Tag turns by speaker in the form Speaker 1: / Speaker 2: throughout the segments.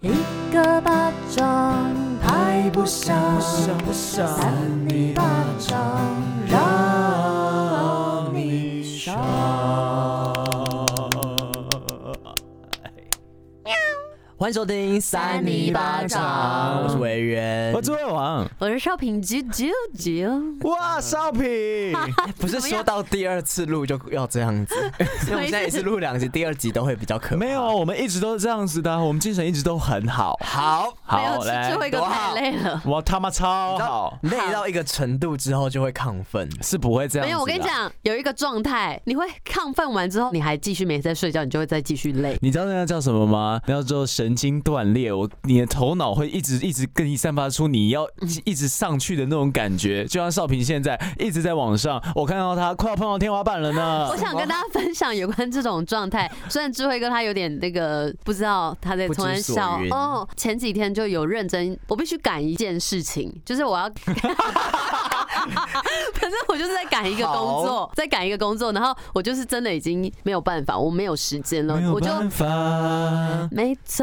Speaker 1: 一个巴掌拍不响，
Speaker 2: 不想
Speaker 1: 扇你巴掌让你爽。
Speaker 2: 欢迎收听《
Speaker 1: 扇你巴掌
Speaker 2: 我是委员
Speaker 3: 我。是魏王，
Speaker 1: 我是少平啾啾啾，
Speaker 3: 哇，烧饼，
Speaker 2: 哎不是说到第二次录就要这样子，所以我们现在也是录两集，第二集都会比较可怕。
Speaker 3: 没有，我们一直都是这样子的啊，我们精神一直都很好，
Speaker 2: 好，
Speaker 1: 没有
Speaker 3: 好
Speaker 1: 吃最后一
Speaker 3: 嘞，
Speaker 1: 个
Speaker 2: 多
Speaker 1: 太
Speaker 2: 好
Speaker 1: 累了。
Speaker 3: 我他妈超好，
Speaker 2: 累到一个程度之后就会亢奋。
Speaker 3: 是不会这
Speaker 2: 啊
Speaker 3: 样，
Speaker 1: 没有，我跟你，讲，有一个状态，你会亢奋完之后，你还继续每天在睡觉，你就会再继续累。
Speaker 3: 你知道那个叫什么吗？那叫做神经断裂，我你的头脑会一直一直跟你散发出你要一直上去的那种感觉，就像少平现在一直在往上，我看到他快要碰到天花板了呢
Speaker 2: 呃
Speaker 1: 我。想跟大家分享有关这种状态。虽然智慧哥他有点那个不知道他在
Speaker 2: 不知
Speaker 1: 从然
Speaker 2: 所
Speaker 1: 笑
Speaker 2: 云
Speaker 1: 哦，前几天就有认真，我必须赶一件事情，就是我要。 反正我就是在赶一个工作，在赶一个工作，然后我就是真的已经没有办法，我没有时间了
Speaker 3: 没，有
Speaker 1: 我就
Speaker 3: 办法，
Speaker 1: 没错，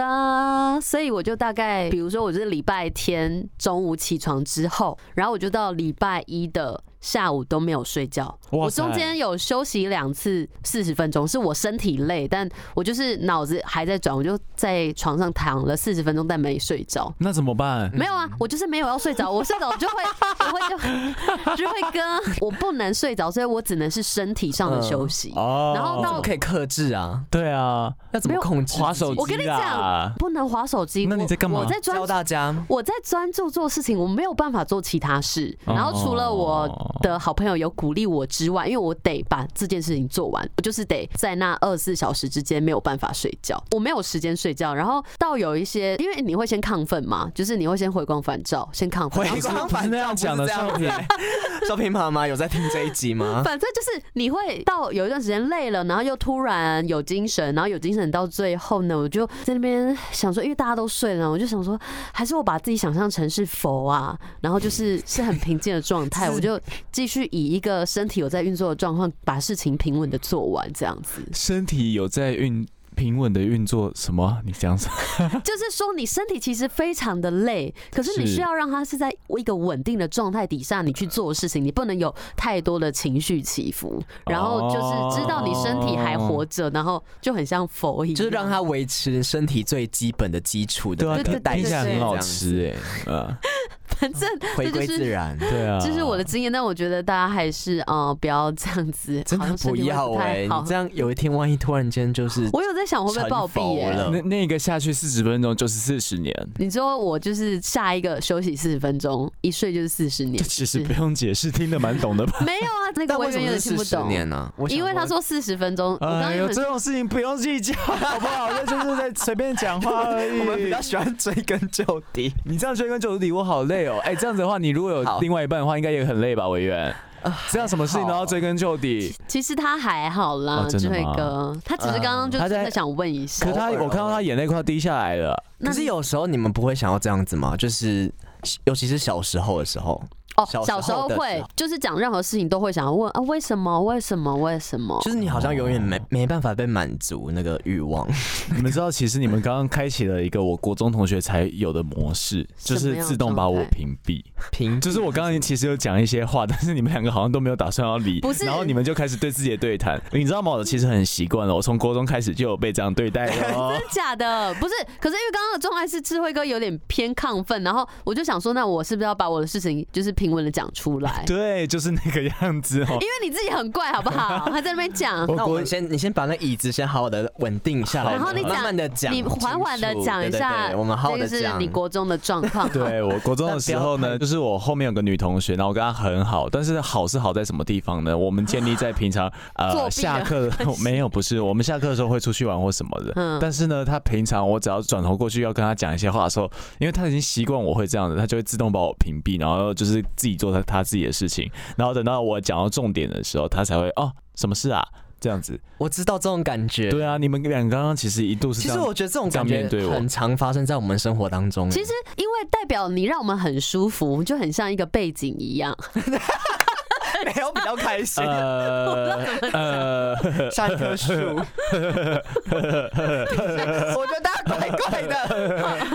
Speaker 1: 所以我就大概，比如说我是礼拜天中午起床之后，然后我就到礼拜一的下午都没有睡觉。我
Speaker 3: 哇塞
Speaker 1: 中间有休息两次四十分钟，是我身体累，但我就是脑子还在转，我就在床上躺了四十分钟，但没睡着。
Speaker 3: 那怎么办？
Speaker 1: 没有啊，我就是没有要睡着，我睡着就会， 我会就就会跟我不能睡着，所以我只能是身体上的休息。
Speaker 3: 哦，
Speaker 1: 嗯然后
Speaker 2: 那
Speaker 1: 到
Speaker 2: 我可以克制啊，
Speaker 3: 对啊，
Speaker 2: 那怎么控制自己？
Speaker 3: 滑手机
Speaker 1: 我跟你讲
Speaker 3: 啦，
Speaker 1: 不能划手机。
Speaker 3: 那你
Speaker 1: 我
Speaker 3: 在干嘛
Speaker 1: 我在专
Speaker 2: 教大家，
Speaker 1: 我在专注做事情，我没有办法做其他事。
Speaker 3: 哦
Speaker 1: 然后除了我的好朋友有鼓励我之外，因为我得把这件事情做完，我就是得在那二十四小时之间没有办法睡觉，我没有时间睡觉。然后到有一些，因为你会先亢奋嘛，就是你会先回光返照，先亢奋。
Speaker 3: 回
Speaker 1: 然
Speaker 2: 光
Speaker 1: 后
Speaker 3: 是哎不是那样讲的
Speaker 2: 反
Speaker 3: 少
Speaker 2: 正不是
Speaker 3: 平
Speaker 2: 这。样少平妈妈有在听这一集吗？
Speaker 1: 反正就是你会到有一段时间累了，然后又突然有精神，然后有精神到最后呢，我就在那边想说，因为大家都睡了，我就想说，还是我把自己想象成是佛啊，然后就是是很平静的状态，我就继续以一个身体有在运作的状况，把事情平稳的做完，这样子。
Speaker 3: 身体有在运平稳的运作什么？你讲什么？
Speaker 1: 就是说，你身体其实非常的累，可是你
Speaker 3: 是
Speaker 1: 需要让它是在一个稳定的状态底下，你去做事情，你不能有太多的情绪起伏，然后就是知道你身体还活着，然后就很像佛一样，
Speaker 2: 就是让他维持身体最基本的基础的那
Speaker 1: 对
Speaker 2: 个
Speaker 1: 对对
Speaker 2: 代
Speaker 3: 啊听
Speaker 2: 谢，
Speaker 3: 起来很好
Speaker 2: 这样子，
Speaker 3: 吃哎，啊，
Speaker 1: 反正
Speaker 2: 回
Speaker 1: 这
Speaker 2: 归
Speaker 1: 就是
Speaker 2: 自然。
Speaker 3: 对啊，
Speaker 1: 这是我的经验，但我觉得大家还是呃不要这样子，呃
Speaker 2: 真
Speaker 1: 好
Speaker 2: 的
Speaker 1: 像身
Speaker 2: 不
Speaker 1: 体会
Speaker 2: 要哎、
Speaker 1: 太好
Speaker 2: 你这。样有一天万一突然间就是
Speaker 1: 我有在想会不会暴
Speaker 2: 臣
Speaker 1: 毙
Speaker 2: 服
Speaker 1: 耶、
Speaker 2: 了
Speaker 3: 那那个下去四十分钟就是四十年，
Speaker 1: 你说我就是下一个休息四十分钟，一睡就是四 十年
Speaker 3: 这，其实
Speaker 1: 是
Speaker 3: 不用解释，听得蛮懂的吧？
Speaker 1: 没有啊，那个
Speaker 2: 但
Speaker 1: 我
Speaker 2: 为什
Speaker 1: 远
Speaker 2: 么
Speaker 1: 远
Speaker 2: 是四
Speaker 1: 听不
Speaker 2: 十
Speaker 1: 懂，
Speaker 2: 年呢、我想
Speaker 1: 因为他说四十分钟，我刚刚
Speaker 3: 哎
Speaker 1: 原
Speaker 3: 呦，
Speaker 1: 本
Speaker 3: 这种事情不用计较， 好不好？这就是在随便讲话而
Speaker 2: 我们比
Speaker 3: 已
Speaker 2: 较。喜欢追根究底，
Speaker 3: 你这样追根究底，我好累哦。哎，这样子的话，你如果有
Speaker 2: 好
Speaker 3: 另外一半的话，应该也很累吧，委员？
Speaker 1: 啊
Speaker 3: 这样什么事情都要追根究底。
Speaker 1: 其实他还好啦，
Speaker 3: 哦真
Speaker 1: 智
Speaker 3: 的
Speaker 1: 慧
Speaker 3: 吗
Speaker 1: 哥，他只是刚刚就
Speaker 2: 呃
Speaker 3: 嗯
Speaker 1: 真
Speaker 3: 他在
Speaker 1: 的想问一下
Speaker 3: 可。他，
Speaker 2: 偶尔
Speaker 3: 我看到他眼泪快要滴下来了。
Speaker 1: 那
Speaker 2: 可是
Speaker 1: 你
Speaker 2: 有时候你们不会想要这样子吗？就是尤其是小时候的时候，
Speaker 1: 哦，
Speaker 2: 小时
Speaker 1: 小
Speaker 2: 候
Speaker 1: 时候
Speaker 2: 的时
Speaker 1: 会
Speaker 2: 候
Speaker 1: 就是讲任何事情都会想要问啊，为什么？为什么？为什么？
Speaker 2: 就是你好像永远没没办法被满足那个欲望，
Speaker 3: 你们知道，其实你们刚刚开启了一个我国中同学才有的模 式，就
Speaker 1: 什么
Speaker 3: 是
Speaker 1: 样的
Speaker 3: 自动把
Speaker 1: 状态
Speaker 3: 我屏蔽。
Speaker 2: 平
Speaker 3: 就是我刚刚其实有讲一些话，但是你们两个好像都没有打算要理，
Speaker 1: 不是
Speaker 3: 然后你们就开始对自己的对谈。你知道吗？我其实很习惯了，我从国中开始就有被这样对待了 哦。
Speaker 1: 真的假的？不是，可是因为刚刚的状态是智慧哥有点偏亢奋，然后我就想说，那我是不是要把我的事情就是平稳的讲出来？
Speaker 3: 对，就是那个样子哦。
Speaker 1: 因为你自己很怪，好 不好？还在那边讲。
Speaker 2: 那我们先，你先把那椅子先好好的稳定下来，
Speaker 1: 然后你讲，
Speaker 2: 慢慢的讲，
Speaker 1: 你缓缓的讲一
Speaker 2: 对对
Speaker 1: 下，
Speaker 2: 对我们好好
Speaker 1: 这
Speaker 2: 的
Speaker 1: 个是
Speaker 2: 讲。
Speaker 1: 你国中的状况。
Speaker 3: 对我国中的时候呢，就是我后面有个女同学，然后我跟她很好，但是好是好在什么地方呢？我们建立在平常
Speaker 1: 作弊
Speaker 3: 呃
Speaker 1: 的
Speaker 3: 下课没有不是，我们下课的时候会出去玩或什么的。
Speaker 1: 嗯
Speaker 3: 但是呢，她平常我只要转头过去要跟她讲一些话的时候，因为她已经习惯我会这样子，她就会自动把我屏蔽，然后就是自己做她她自己的事情，然后等到我讲到重点的时候，她才会哦什么事啊这样子。
Speaker 2: 我知道这种感觉。
Speaker 3: 对啊，你们俩刚刚其实一度是
Speaker 2: 其
Speaker 3: 这
Speaker 2: 实
Speaker 3: 样
Speaker 2: 我觉得这种感
Speaker 3: 这样面对
Speaker 2: 觉
Speaker 3: 我
Speaker 2: 很常发生在我们生活当中。
Speaker 1: 其实，因为代表你让我们很舒服，就很像一个背景一样。
Speaker 2: 没有比较开心。
Speaker 3: 呃呃。
Speaker 2: 下一棵树，我觉得大家怪怪的。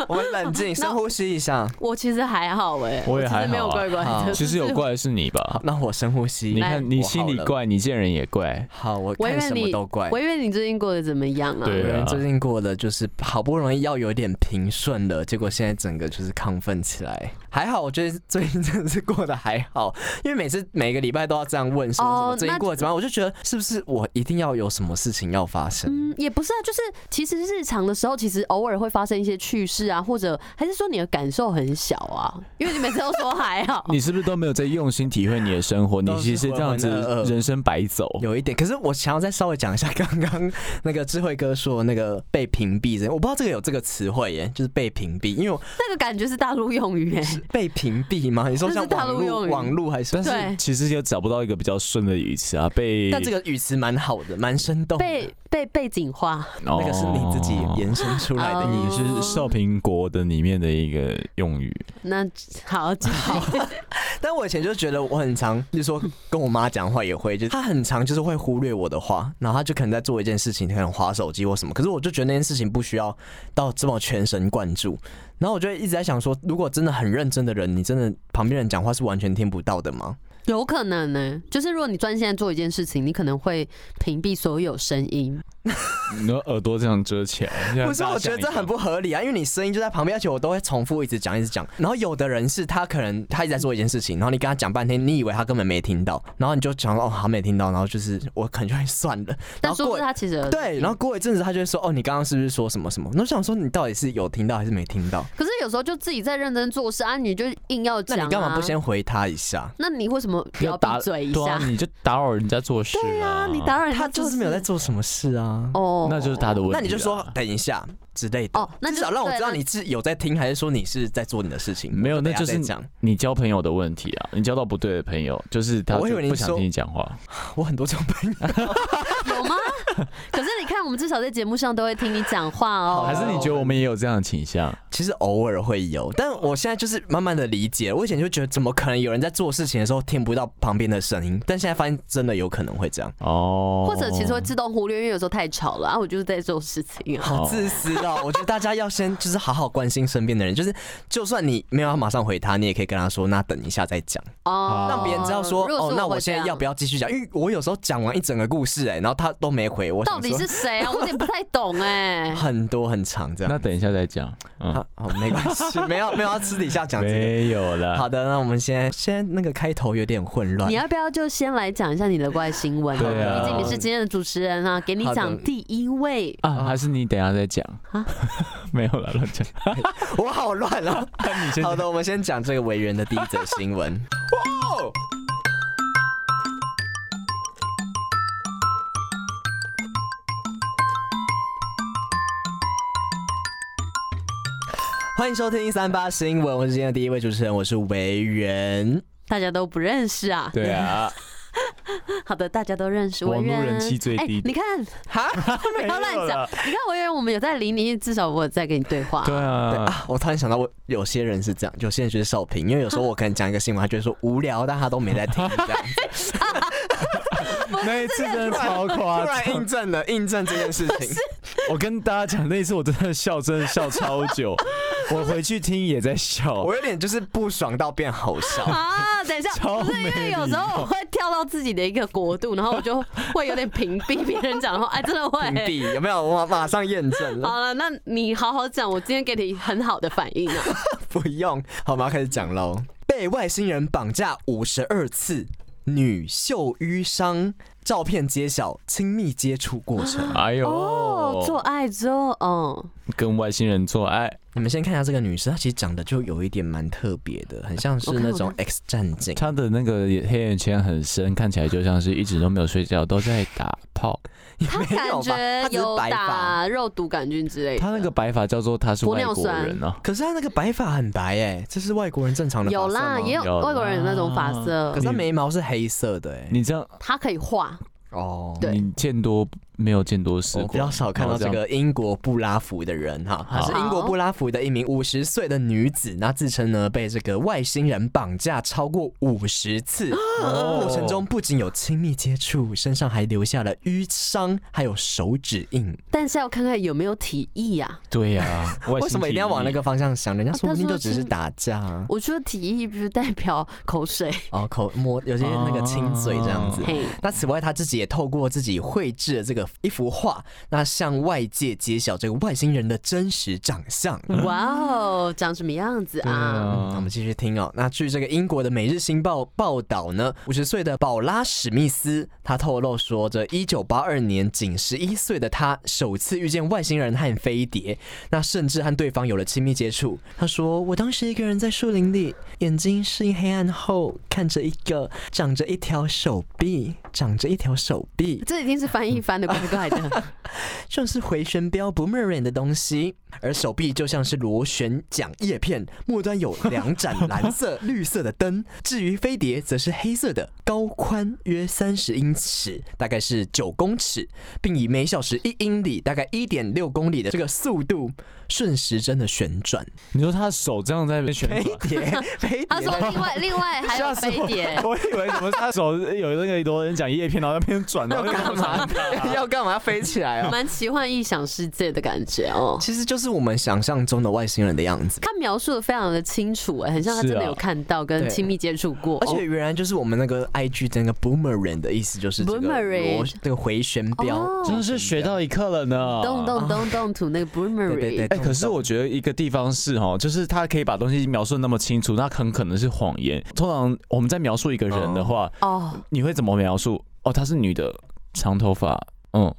Speaker 2: 我们冷静，深呼吸一下。
Speaker 1: 我其实还好哎、
Speaker 3: 我也
Speaker 1: 其
Speaker 3: 还
Speaker 1: 实没有
Speaker 3: 好啊
Speaker 1: 怪怪
Speaker 2: 好
Speaker 1: 的，
Speaker 3: 其实有
Speaker 1: 就是
Speaker 3: 怪的是你吧？
Speaker 2: 那我深呼吸。
Speaker 3: 你看，你心里
Speaker 2: 我好了。
Speaker 3: 怪，你见人也怪。
Speaker 2: 好，我
Speaker 1: 我以
Speaker 2: 看
Speaker 1: 为
Speaker 2: 什么
Speaker 1: 你
Speaker 2: 都怪。
Speaker 1: 我以为你最近过得怎么样啊？
Speaker 3: 对
Speaker 2: 有人
Speaker 3: 啊。
Speaker 2: 最近过得就是好不容易要有点平顺了，结果现在整个就是亢奋起来。还好，我觉得最近真的是过得还好，因为每次每个礼拜都要这样问说什
Speaker 1: 哦
Speaker 2: 么最近
Speaker 1: 那
Speaker 2: 过得怎么样，我就觉得是不是我一定要有什么事情要发生？
Speaker 1: 嗯，也不是啊，就是其实日常的时候，其实偶尔会发生一些趣事啊，或者还是说你的感受很小啊， 因为你每次都说还好
Speaker 3: 你是不是都没有在用心体会你的生活？你
Speaker 2: 都是
Speaker 3: 其实这样子
Speaker 2: 浑浑噩噩
Speaker 3: 人生白走。
Speaker 2: 有一点，可是我想要再稍微讲一下刚刚那个智慧哥说的那个被屏蔽人，我不知道这个有这个词汇耶，就是被屏蔽，因为我
Speaker 1: 那个感觉是大陆用语 哎、
Speaker 2: 被屏蔽吗？你说
Speaker 1: 这是
Speaker 2: 像
Speaker 1: 大
Speaker 2: 网
Speaker 1: 陆
Speaker 2: 络
Speaker 1: 用语
Speaker 2: 网络还是？
Speaker 3: 但是
Speaker 1: 对
Speaker 3: 其实也找不到一个比较顺的语词啊，被
Speaker 2: 但这个语词蛮好的，蛮生
Speaker 3: 哦
Speaker 2: 动的。
Speaker 1: 被被背景化，
Speaker 3: 那
Speaker 2: 那个是你自己延伸出来的意
Speaker 1: 哦
Speaker 2: 思。
Speaker 3: 哦是少平国的里面的一个用语，
Speaker 1: 那好，继续
Speaker 2: 但我以前就觉得我很常，就是说跟我妈讲话也会，就是她很常就是会忽略我的话，然后她就可能在做一件事情，可能划手机或什么。可是我就觉得那件事情不需要到这么全神贯注。然后我就一直在想说，如果真的很认真的人，你真的旁边人讲话是完全听不到的吗？
Speaker 1: 有可能呢、就是如果你专心在做一件事情，你可能会屏蔽所有声音。
Speaker 3: 你的耳朵这样遮起来。像
Speaker 2: 不是，
Speaker 3: 啊大
Speaker 2: 我觉得
Speaker 3: 象一
Speaker 2: 这
Speaker 3: 样
Speaker 2: 很不合理啊，因为你声音就在旁边，而且我都会重复一直讲一直讲。然后有的人是他可能他一直在做一件事情，然后你跟他讲半天，你以为他根本没听到，然后你就讲说哦他没听到，然后就是我可能就会算了。然
Speaker 1: 但
Speaker 2: 后
Speaker 1: 说不
Speaker 2: 过
Speaker 1: 是他其实有
Speaker 2: 对，然后过一阵子他就会说哦你刚刚是不是说什么什么？那我想说你到底是有听到还是没听到？
Speaker 1: 可是有时候就自己在认真做事啊，你就硬要
Speaker 2: 那
Speaker 1: 讲、啊，
Speaker 2: 你干嘛不？先回他一下？
Speaker 1: 那你为什么不要闭
Speaker 3: 打
Speaker 1: 嘴一
Speaker 3: 对
Speaker 1: 下？
Speaker 3: 啊，你就打扰人家做事。对
Speaker 1: 啊你打扰人家
Speaker 2: 他就是没有在
Speaker 1: 做
Speaker 2: 做什么事啊
Speaker 1: 事。哦，
Speaker 3: 那就是他的问题啦。啊
Speaker 2: 那你就说等一下之类的
Speaker 1: 哦那就
Speaker 2: 至少让我
Speaker 1: 对
Speaker 2: 知道
Speaker 1: 那
Speaker 2: 你是有在听，还是说你是在做你的事情。
Speaker 3: 没有，
Speaker 2: 我
Speaker 3: 那
Speaker 2: 等下
Speaker 3: 就是
Speaker 2: 再讲。
Speaker 3: 你交朋友的问题啊，你交到不对的朋友，就是他
Speaker 2: 我以
Speaker 3: 就
Speaker 2: 为你
Speaker 3: 不想
Speaker 2: 说
Speaker 3: 听你讲话。
Speaker 2: 我很多种朋友，
Speaker 1: 有吗？ 可是你看，我们至少在节目上都会听你讲话哦。
Speaker 3: 还是你觉得我们也有这样的倾向？
Speaker 2: 其实偶尔会有，但我现在就是慢慢的理解。我以前就觉得，怎么可能有人在做事情的时候听不到旁边的声音？但现在发现真的有可能会这样，
Speaker 3: 哦，
Speaker 1: 或者其实会自动忽略，因为有时候太吵了啊，我就是在做事情啊。
Speaker 2: 好自私哦！我觉得大家要先就是好好关心身边的人，就是就算你没有要马上回他，你也可以跟他说，那等一下再讲，
Speaker 1: 哦，
Speaker 2: 让别人知道说，
Speaker 1: 如果
Speaker 2: 哦
Speaker 1: 是，
Speaker 2: 那
Speaker 1: 我
Speaker 2: 我现在要不
Speaker 1: 要？
Speaker 2: 要继续讲？因为我有时候讲完一整个故事、哎，然后他都没回，我
Speaker 1: 到
Speaker 2: 想
Speaker 1: 底
Speaker 2: 说。
Speaker 1: 是谁啊？我有点不太懂 哎
Speaker 2: 很多很长这样。
Speaker 3: 那等一下再讲。嗯
Speaker 2: 好，，好没关 系，没有没有要私底下讲这个。
Speaker 3: 没啊有了。
Speaker 2: 好的，那我们先先那个开头有点混乱
Speaker 1: 你，要不要就先来讲一下你的怪新闻？
Speaker 3: 对啊
Speaker 1: 毕竟你是今天的主持人啊，给你
Speaker 2: 好的
Speaker 1: 讲第一位。
Speaker 3: 啊，还是你等一下再讲
Speaker 1: 啊？
Speaker 3: 没有了，乱 讲。
Speaker 2: 我好乱啊！
Speaker 3: 你先
Speaker 2: 好的，我们先讲这个维园的第一则新闻。欢迎收听一三八新闻，我是今天的第一位主持人，我是维园。
Speaker 1: 大家都不认识啊。
Speaker 3: 对啊，
Speaker 1: 好的，大家都认识。
Speaker 3: 网络
Speaker 1: 文渊
Speaker 3: 人气最低
Speaker 1: 哎你看，
Speaker 2: 哈，
Speaker 1: 不要乱
Speaker 3: 没有
Speaker 1: 讲
Speaker 3: 了。
Speaker 1: 你看文渊，我们有在理你，至少我有在跟你对话。
Speaker 3: 对啊，
Speaker 2: 我突然想到，我有些人是这样，有些人就是少平，因为有时候我可能讲一个新闻，他就会说无聊，但他都没 在
Speaker 3: 啊
Speaker 2: 听，这样
Speaker 3: 那一次真的超夸
Speaker 2: 突然
Speaker 3: 张
Speaker 2: 印。证了印证这件事情。
Speaker 3: 我跟大家讲，那一次我真的笑，真的笑超 久。我回去听也在
Speaker 1: 哦
Speaker 3: 笑
Speaker 2: 我，有点就是不爽到变好笑。
Speaker 1: 啊，等一下，
Speaker 3: 超
Speaker 1: 不是因
Speaker 3: 没
Speaker 1: 为有时
Speaker 3: 礼貌
Speaker 1: 候我会跳到自己的一个国度，然后我就会有点屏蔽别人讲的话，哎，真的
Speaker 2: 屏
Speaker 1: 会。
Speaker 2: 蔽有没有？我马上验证了，
Speaker 1: 好了，那你好好讲，我今天给你很好的反 应啊。
Speaker 2: 不用，好吗？开始讲喽。被外星人绑架五十二次，女秀淤伤，照片揭晓亲密接触过
Speaker 1: 啊
Speaker 2: 程。
Speaker 3: 哎
Speaker 1: 哦，
Speaker 3: 呦，
Speaker 1: 做爱之后，嗯，
Speaker 3: 跟外星人做哎爱，
Speaker 2: 你们先看一下这个女生，她其实长得就有一点蛮特别的，很像是
Speaker 1: 我看
Speaker 2: 那
Speaker 1: 我
Speaker 2: 种 X 战警。
Speaker 3: 他的那个黑眼圈很深，看起来就像是一直都没有睡觉，都在打炮。
Speaker 1: 他
Speaker 2: 没 有
Speaker 1: 感
Speaker 2: 吧她只
Speaker 1: 觉
Speaker 2: 是
Speaker 1: 有
Speaker 2: 白发。
Speaker 1: 打肉毒杆菌之类的。
Speaker 3: 他那个白发叫做他是外国人啊，
Speaker 2: 可是她那个白发很白哎、这是外国人正常的
Speaker 1: 有
Speaker 2: 发色
Speaker 1: 啦，
Speaker 2: 吗
Speaker 1: 也有
Speaker 3: 有啦
Speaker 1: 外国人有那种发色
Speaker 2: 可，是她眉毛是黑色的哎、
Speaker 3: 你这样
Speaker 1: 他可以画。
Speaker 2: 哦，
Speaker 1: 对
Speaker 3: 你见多没有见多识
Speaker 2: 我
Speaker 3: 广，
Speaker 2: 哦比较少看到这
Speaker 3: 然后样。
Speaker 2: 个英国布拉福的人哈，她是英国布拉福的一名五十岁的女子，那自称呢被这个外星人绑架超过五十次，过程中不仅有亲密接触，身上还留下了淤伤，还有手指印。
Speaker 1: 但是要看看有没有体液啊呀、
Speaker 3: 对啊呀、外
Speaker 2: 为
Speaker 3: 星
Speaker 2: 什么一定要
Speaker 3: 体
Speaker 2: 往那
Speaker 3: 育
Speaker 2: 个方向想？人家说不定
Speaker 1: 他说
Speaker 2: 就只是打架啊，
Speaker 1: 我觉得体液不是代表口水，
Speaker 2: 哦口摸有些那个亲嘴这样子
Speaker 3: 哦。
Speaker 1: 嘿，
Speaker 2: 那此外，他自己也透过自己绘制的这个一幅画，那向外界揭晓这个外星人的真实长相。
Speaker 1: 哇哦，长什么样子
Speaker 3: 对
Speaker 1: 啊？
Speaker 2: 那我
Speaker 3: 啊
Speaker 2: 们继续听哦。那据这个英国的《每日新报》报道呢，五十岁的宝拉·史密斯，她透露说，这一九八二年仅十一岁的她，首次遇见外星人和飞碟，那甚至和对方有了亲密接触。她说：“我当时一个人在树林里，眼睛适应黑暗后，看着一个长着一条手臂、长着一条手臂
Speaker 1: 这一定是翻译翻的，怪不怪 的？
Speaker 2: 就是回旋镖不 m e 的东西，而手臂就像是螺旋桨叶片，末端有两盏蓝色、绿色的灯。至于飞碟，则是黑色的，高宽约三十英尺，大概是九公尺，并以每小时一英里（大概一点六公里）的这个速度顺时针的旋转。
Speaker 3: 你说他手这样在那边旋转
Speaker 2: 飞，碟，飞
Speaker 1: 他
Speaker 2: 碟
Speaker 1: 说
Speaker 2: 在。
Speaker 1: 另外另外还有
Speaker 3: 吓死
Speaker 1: 飞碟，
Speaker 3: 我以为什么他手有那个螺旋桨叶片，然后在那边转，然
Speaker 2: 要
Speaker 3: 后
Speaker 2: 干嘛？ 要干嘛？飞起来啊！
Speaker 1: 蛮奇幻异想世界的感觉哦。
Speaker 2: 其实就是我们想象中的外星人的样子。
Speaker 1: 他描述的非常的清楚、哎，很像他真
Speaker 3: 是
Speaker 1: 的
Speaker 3: 啊
Speaker 1: 有看到跟
Speaker 2: 对
Speaker 1: 亲密接触过，
Speaker 2: 而
Speaker 3: 哦
Speaker 2: 且原来就是我们那个 IG 的那个 boomerang 的意思，就是这个
Speaker 1: Boomerang
Speaker 2: 螺这个回旋镖
Speaker 1: 哦，
Speaker 3: 真的是学到一课了呢。
Speaker 1: 动动动动土那个
Speaker 2: 对
Speaker 1: boomerang，
Speaker 2: 啊对对
Speaker 3: 哎、可是我觉得一个地方是哦，就是他可以把东西描述得那么清楚，那很可能是谎言。通常我们在描述一个人的话，
Speaker 1: 哦，
Speaker 3: 你会怎么描述？哦，她是女的，长头发，嗯，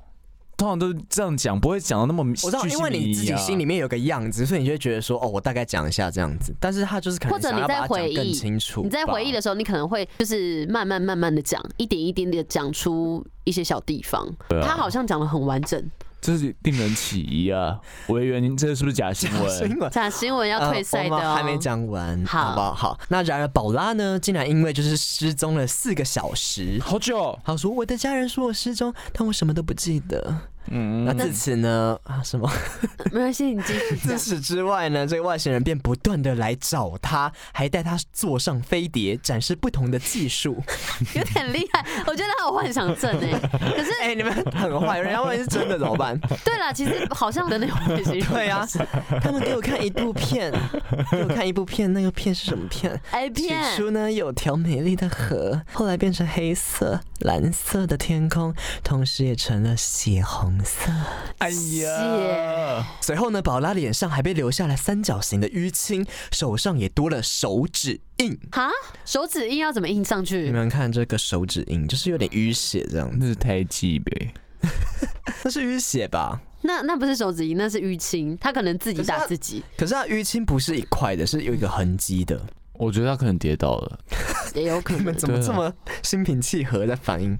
Speaker 3: 通常都是这样讲，不会讲到那么
Speaker 2: 我知道，
Speaker 3: 巨细
Speaker 2: 因为你自己
Speaker 3: 靡遗啊
Speaker 2: 心里面有个样子，所以你就会觉得说，哦，我大概讲一下这样子。但是他就是可
Speaker 1: 或
Speaker 2: 能
Speaker 1: 者
Speaker 2: 想
Speaker 1: 你
Speaker 2: 要
Speaker 1: 在
Speaker 2: 把它
Speaker 1: 回
Speaker 2: 讲
Speaker 1: 忆
Speaker 2: 更清楚吧。
Speaker 1: 你在回忆的时候，你可能会就是慢慢慢慢的讲，一点一点的讲出一些小地方。
Speaker 3: 对啊
Speaker 1: 他好像讲的很完整。
Speaker 3: 就是令人起疑啊。维园，这是不是假 新
Speaker 2: 所以
Speaker 3: 闻？
Speaker 2: 我
Speaker 1: 假新闻要退
Speaker 2: 呃
Speaker 1: 赛的、
Speaker 2: 我
Speaker 1: 哦
Speaker 2: 们还没讲完，
Speaker 1: 好
Speaker 2: 好不好？好，那然而宝拉呢，竟然因为就是失踪了四个小时。
Speaker 3: 好久，
Speaker 2: 他说：“我的家人说我失踪，但我什么都不记得。
Speaker 3: 嗯
Speaker 2: 那自此呢，啊，什么？
Speaker 1: 没关系，你继续
Speaker 2: 自
Speaker 1: 讲。
Speaker 2: 此之外呢，这个外星人便不断的来找他，还带他坐上飞碟，展示不同的技术。
Speaker 1: 有点厉害，我觉得他有幻想症哎、可是
Speaker 2: 哎、你们很坏，人家万一是真的怎么办？
Speaker 1: 对啦，其实好像真的有幻想症。
Speaker 2: 对啊呀、他们给我看一部片，给我看一部片，那个片是什么片？
Speaker 1: ，A
Speaker 2: 起
Speaker 1: 片
Speaker 2: 初呢，有条美丽的河，后来变成黑色、蓝色的天空，同时也成了血红色。
Speaker 3: 哎
Speaker 1: 谢
Speaker 3: 呀，
Speaker 2: 随后呢，宝拉脸上还被留下了三角形的淤青，手上也多了手指印。
Speaker 1: 哈，手指印要怎么印上
Speaker 2: 你
Speaker 3: 嗯
Speaker 1: 去？
Speaker 2: 们看这个手指印，就是有点淤血这样 子，
Speaker 3: 那是胎记呗。
Speaker 2: 那是淤血吧？
Speaker 1: 那那不是手指印，那是淤青，他可能自己
Speaker 2: 可是
Speaker 1: 打
Speaker 2: 他
Speaker 1: 自己，
Speaker 2: 可是它淤青不是一块的，是有一个痕迹的。
Speaker 3: 我觉得他可能跌倒了，
Speaker 1: 也有可
Speaker 2: 你们
Speaker 1: 能。
Speaker 2: 怎么
Speaker 3: 对啊
Speaker 2: 这么心平气和在反应？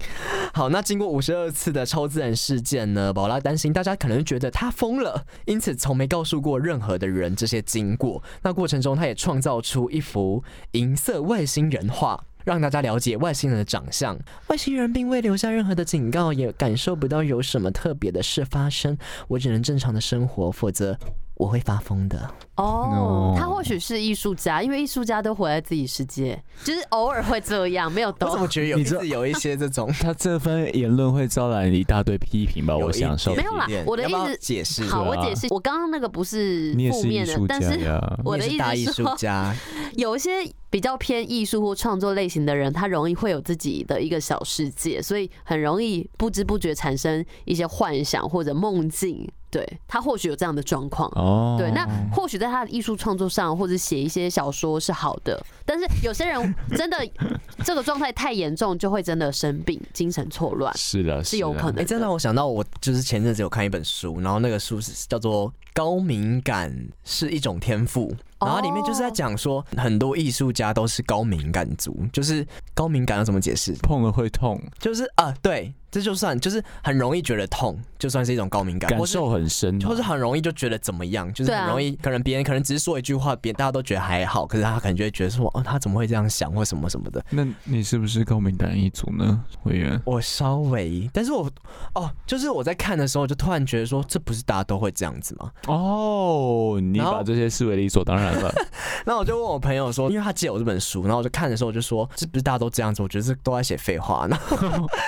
Speaker 2: 好，那经过五十二次的超自然事件呢，宝拉担心大家可能觉得她疯了，因此从没告诉过任何的人这些经过。那过程中，她也创造出一幅银色外星人画。让大家了解外星人的长相。外星人并未留下任何的警告，也感受不到有什么特别的事发生。我只能正常的生活，否则我会发疯的。
Speaker 1: 哦
Speaker 3: No
Speaker 1: 他或许是艺术家，因为艺术家都活在自己世界，就是偶尔会这样，没有
Speaker 2: 我怎
Speaker 1: 都
Speaker 2: 么觉得有
Speaker 3: 你
Speaker 2: 一
Speaker 3: 知道
Speaker 2: 直有一些这 种
Speaker 3: 他这番言论会招来一大堆批评吧？我想受
Speaker 1: 点。没有啦我的
Speaker 2: 要不要
Speaker 1: 意思
Speaker 2: 解释
Speaker 1: 好。我
Speaker 3: 对啊
Speaker 1: 解释，我刚刚那个不是
Speaker 3: 你也
Speaker 1: 负
Speaker 3: 是艺
Speaker 1: 面的
Speaker 3: 术，
Speaker 1: 但
Speaker 3: 家
Speaker 1: 是
Speaker 3: 呀，
Speaker 1: 我的
Speaker 2: 你也是大
Speaker 1: 意
Speaker 2: 艺
Speaker 1: 思是
Speaker 2: 术
Speaker 1: 说，
Speaker 2: 家，
Speaker 1: 有一些比较偏艺术或创作类型的人，他容易会有自己的一个小世界，所以很容易不知不觉产生一些幻想或者梦境。对他或许有这样的状况。
Speaker 3: 哦，
Speaker 1: 对，那或许在他的艺术创作上，或者写一些小说是好的，但是有些人真的这个状态太严重，就会真的生病、精神错乱，
Speaker 3: 是的，啊
Speaker 1: 是有
Speaker 3: 的
Speaker 1: 可
Speaker 2: 哎、
Speaker 1: 能。
Speaker 2: 这让我想到，我就是前阵子有看一本书，然后那个书是叫做《高敏感是一种天赋，
Speaker 1: 哦
Speaker 2: 然后里面就是在讲说很多艺术家都是高敏感族，就是高敏感要怎么解释？
Speaker 3: 碰了会痛，
Speaker 2: 就是啊，对，这就算就是很容易觉得痛，就算是一种高敏感，
Speaker 3: 感
Speaker 2: 或是
Speaker 3: 受很深啊，
Speaker 2: 或是很容易就觉得怎么样，就是
Speaker 1: 对啊
Speaker 2: 很容易，可能别人可能只是说一句话，别大家都觉得还好，可是他可能就会觉得说，哦，他怎么会这样想或什么什么的。
Speaker 3: 那你是不是高敏感一族呢，委员？
Speaker 2: 我稍微，但是我哦，就是我在看的时候，就突然觉得说，这不是大家都会这样子吗？
Speaker 3: 哦，你
Speaker 2: 然后
Speaker 3: 把这些视为理所当然了。
Speaker 2: 然后我就问我朋友说，因为他借我这本书，然后我就看的时候我就说，这不是大家都这样子，我觉得这都在写废话。 然后，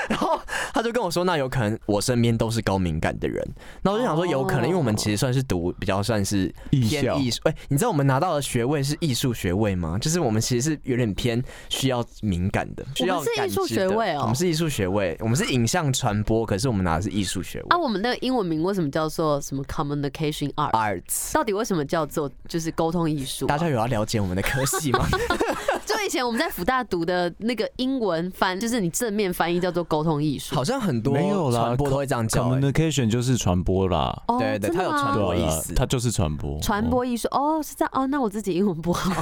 Speaker 2: 然后他就跟我说，那有可能我身边都是高敏感的人。然后我就想说，有可能，因为我们其实算是读比较算是
Speaker 3: 艺
Speaker 2: 偏
Speaker 3: 校
Speaker 2: 艺术。哎、你知道我们拿到的学位是艺术学位吗？就是我们其实是有点偏需要敏感的，需要
Speaker 1: 我们是
Speaker 2: 感
Speaker 1: 艺术
Speaker 2: 知
Speaker 1: 学
Speaker 2: 的
Speaker 1: 位哦
Speaker 2: 我们是艺术学位，我们是影像传播，可是我们拿的是艺术学位、
Speaker 1: 啊，我们那个英文名为什么叫做什么 communication art？
Speaker 2: arts。
Speaker 1: 到底为什么叫做就是沟通艺术啊、
Speaker 2: 大家有要了解我们的科系吗？
Speaker 1: 就以前我们在福大读的那个英文翻，就是你正面翻译叫做沟通艺术。
Speaker 2: 好像很多
Speaker 3: 没有啦
Speaker 2: 传播都会这样叫、哎
Speaker 3: Communication 就是传播啦，
Speaker 1: 哦，
Speaker 2: 对对
Speaker 1: 真的
Speaker 2: 它有
Speaker 1: 吗
Speaker 2: 传播
Speaker 3: 对
Speaker 2: 意
Speaker 3: 啊
Speaker 2: 思，
Speaker 3: 它就是传播，
Speaker 1: 传播艺术哦，是这样哦。那我自己英文不好，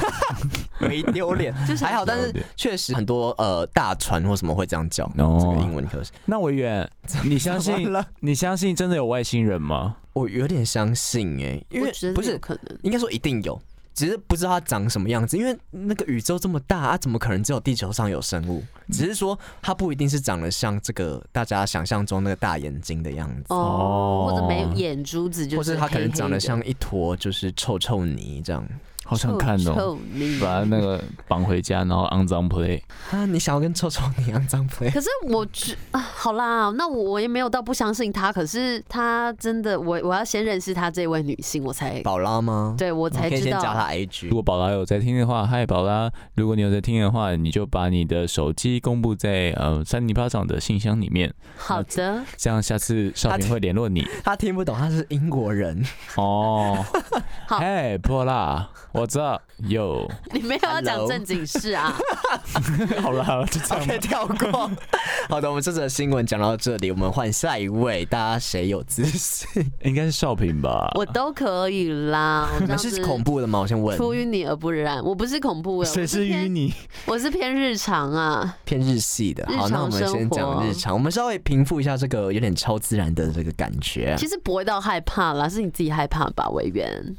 Speaker 2: 没丢脸，
Speaker 1: 就是
Speaker 2: 还好，但
Speaker 3: 丢
Speaker 2: 是
Speaker 3: 脸
Speaker 2: 确实很多呃大船或什么会这样叫
Speaker 3: 哦
Speaker 2: 这个英文课是。
Speaker 3: 那委员，你相信
Speaker 2: 完了，
Speaker 3: 你相信真的有外星人吗？
Speaker 2: 我有点相信哎、 因
Speaker 1: 我
Speaker 2: 为
Speaker 1: 觉得
Speaker 2: 不
Speaker 1: 有
Speaker 2: 是
Speaker 1: 可能。
Speaker 2: 应该说一定有，只是不知道它长什么样子，因为那个宇宙这么大，啊，怎么可能只有地球上有生物？只是说它不一定是长得像这个大家想象中那个大眼睛的样子。
Speaker 1: 哦，或者没眼珠子，就
Speaker 2: 或是它可
Speaker 1: 黑
Speaker 2: 能
Speaker 1: 黑
Speaker 2: 长
Speaker 1: 的
Speaker 2: 得像一坨就是臭臭泥这样
Speaker 3: 好想看
Speaker 1: 臭
Speaker 3: 哦，
Speaker 1: 臭泥
Speaker 3: 把那个绑回家，然后肮脏 play。
Speaker 2: 啊！ 你想要跟臭臭泥一样这样 play？
Speaker 1: 可是我觉啊，好啦，那我我也没有到不相信他，可是他真的，我我要先认识他这位女性，我 才
Speaker 2: 宝拉吗？，
Speaker 1: 对我才
Speaker 2: 可以
Speaker 1: 知
Speaker 2: 先加
Speaker 1: 道。
Speaker 2: 他 IG
Speaker 3: 如。果宝拉有在听的话，嗨宝拉，如果你有在听的话，你就把你的手机公布在呃三泥巴掌的信箱里面，
Speaker 1: 好 的，
Speaker 3: 这样下次少平会联络 你。
Speaker 2: 他听不懂，他是英国人。
Speaker 3: 哦，
Speaker 1: 好
Speaker 3: 嘿，波拉，我知道有，
Speaker 1: 你没有要讲
Speaker 2: Hello
Speaker 1: 正经事啊？
Speaker 3: 好啦，就这样吧
Speaker 2: OK，。跳过。 好的，我们这则新闻讲到这里，我们换下一位，大家谁有资讯？
Speaker 3: 应该是少平吧？
Speaker 1: 我都可以啦，我
Speaker 2: 你
Speaker 1: 这
Speaker 2: 们
Speaker 1: 样子
Speaker 2: 是恐怖的吗？我先问。
Speaker 1: 出淤泥而不染，我不是恐怖的，我偏，
Speaker 3: 你？
Speaker 1: 我是偏日常啊。
Speaker 2: 偏日系的。
Speaker 1: 日
Speaker 2: 好，那我
Speaker 1: 常
Speaker 2: 们先
Speaker 1: 生活
Speaker 2: 讲日常，我们稍微平复一下这个有点超自然的这个感觉。
Speaker 3: 哦
Speaker 1: 其实不会到害怕啦，是你自己害怕吧，委员。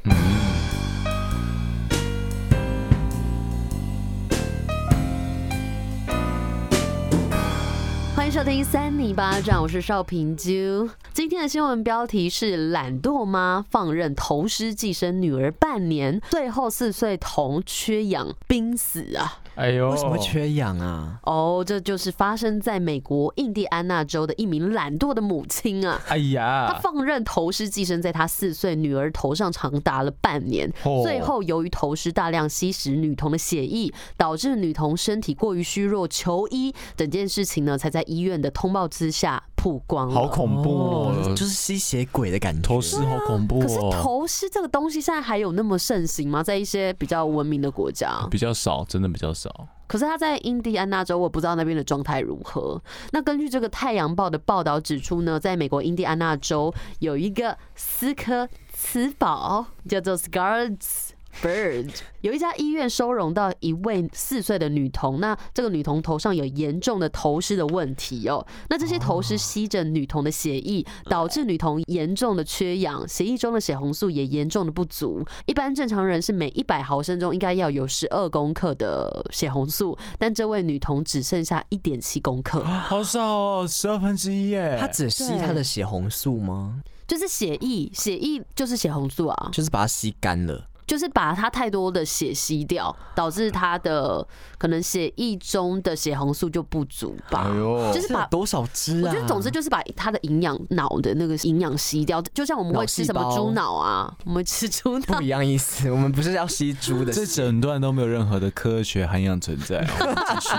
Speaker 1: 欢迎收听《三尼巴掌》，我是邵平啾。今天的新闻标题是：懒惰妈放任童尸寄生女儿半年，最后四岁童缺氧濒死啊！
Speaker 3: 哎呦，
Speaker 2: 为什么会缺氧啊？
Speaker 1: 哦，这就是发生在美国印第安纳州的一名懒惰的母亲啊。
Speaker 3: 哎
Speaker 1: 她
Speaker 3: 呀，
Speaker 1: 放任头虱寄生在她四岁女儿头上，长达了半年。
Speaker 3: 哦
Speaker 1: 最后，由于头虱大量吸食女童的血液，导致女童身体过于虚弱，求医。整件事情呢，才在医院的通报之下曝光了。
Speaker 3: 好恐怖
Speaker 2: 哦
Speaker 3: 哦，
Speaker 2: 就是吸血鬼的感觉。
Speaker 3: 头饰好恐怖
Speaker 1: 可是
Speaker 3: 哦，
Speaker 1: 头虱这个东西现在还有那么盛行吗？在一些比较文明的国家，
Speaker 3: 比较少，真的比较少。
Speaker 1: 可是他在印第安纳州，我不知道那边的状态如何。那根据这个《太阳报》的报道指出呢，在美国印第安纳州有一个斯科茨堡，叫做 Scarlet's Bird，有一家医院收容到一位四岁的女童，那这个女童头上有严重的头虱的问题哦。那这些头虱吸着女童的血液，导致女童严重的缺氧，血液中的血红素也严重的不足。一般正常人是每一百毫升中应该要有十二公克的血红素，但这位女童只剩下一点七公克，
Speaker 3: 好少哦，十二分之一耶
Speaker 2: 他只吸他的血红素吗？
Speaker 1: 就是血液，血液就是血红素啊，
Speaker 2: 就是把它吸干了。
Speaker 1: 就是把她太多的血吸掉，导致她的可能血液中的血红素就不足吧。
Speaker 3: 呦
Speaker 1: 就是把
Speaker 2: 有多少只
Speaker 1: 我
Speaker 2: 啊？
Speaker 1: 觉得，总之就是把它的营养脑的那个营养吸掉，就像我们会吃什
Speaker 2: 脑
Speaker 1: 么
Speaker 2: 细胞
Speaker 1: 猪脑啊，我们吃猪脑
Speaker 2: 不一样意思。我们不是要吸猪的，
Speaker 3: 这整段都没有任何的科学涵养存在哦。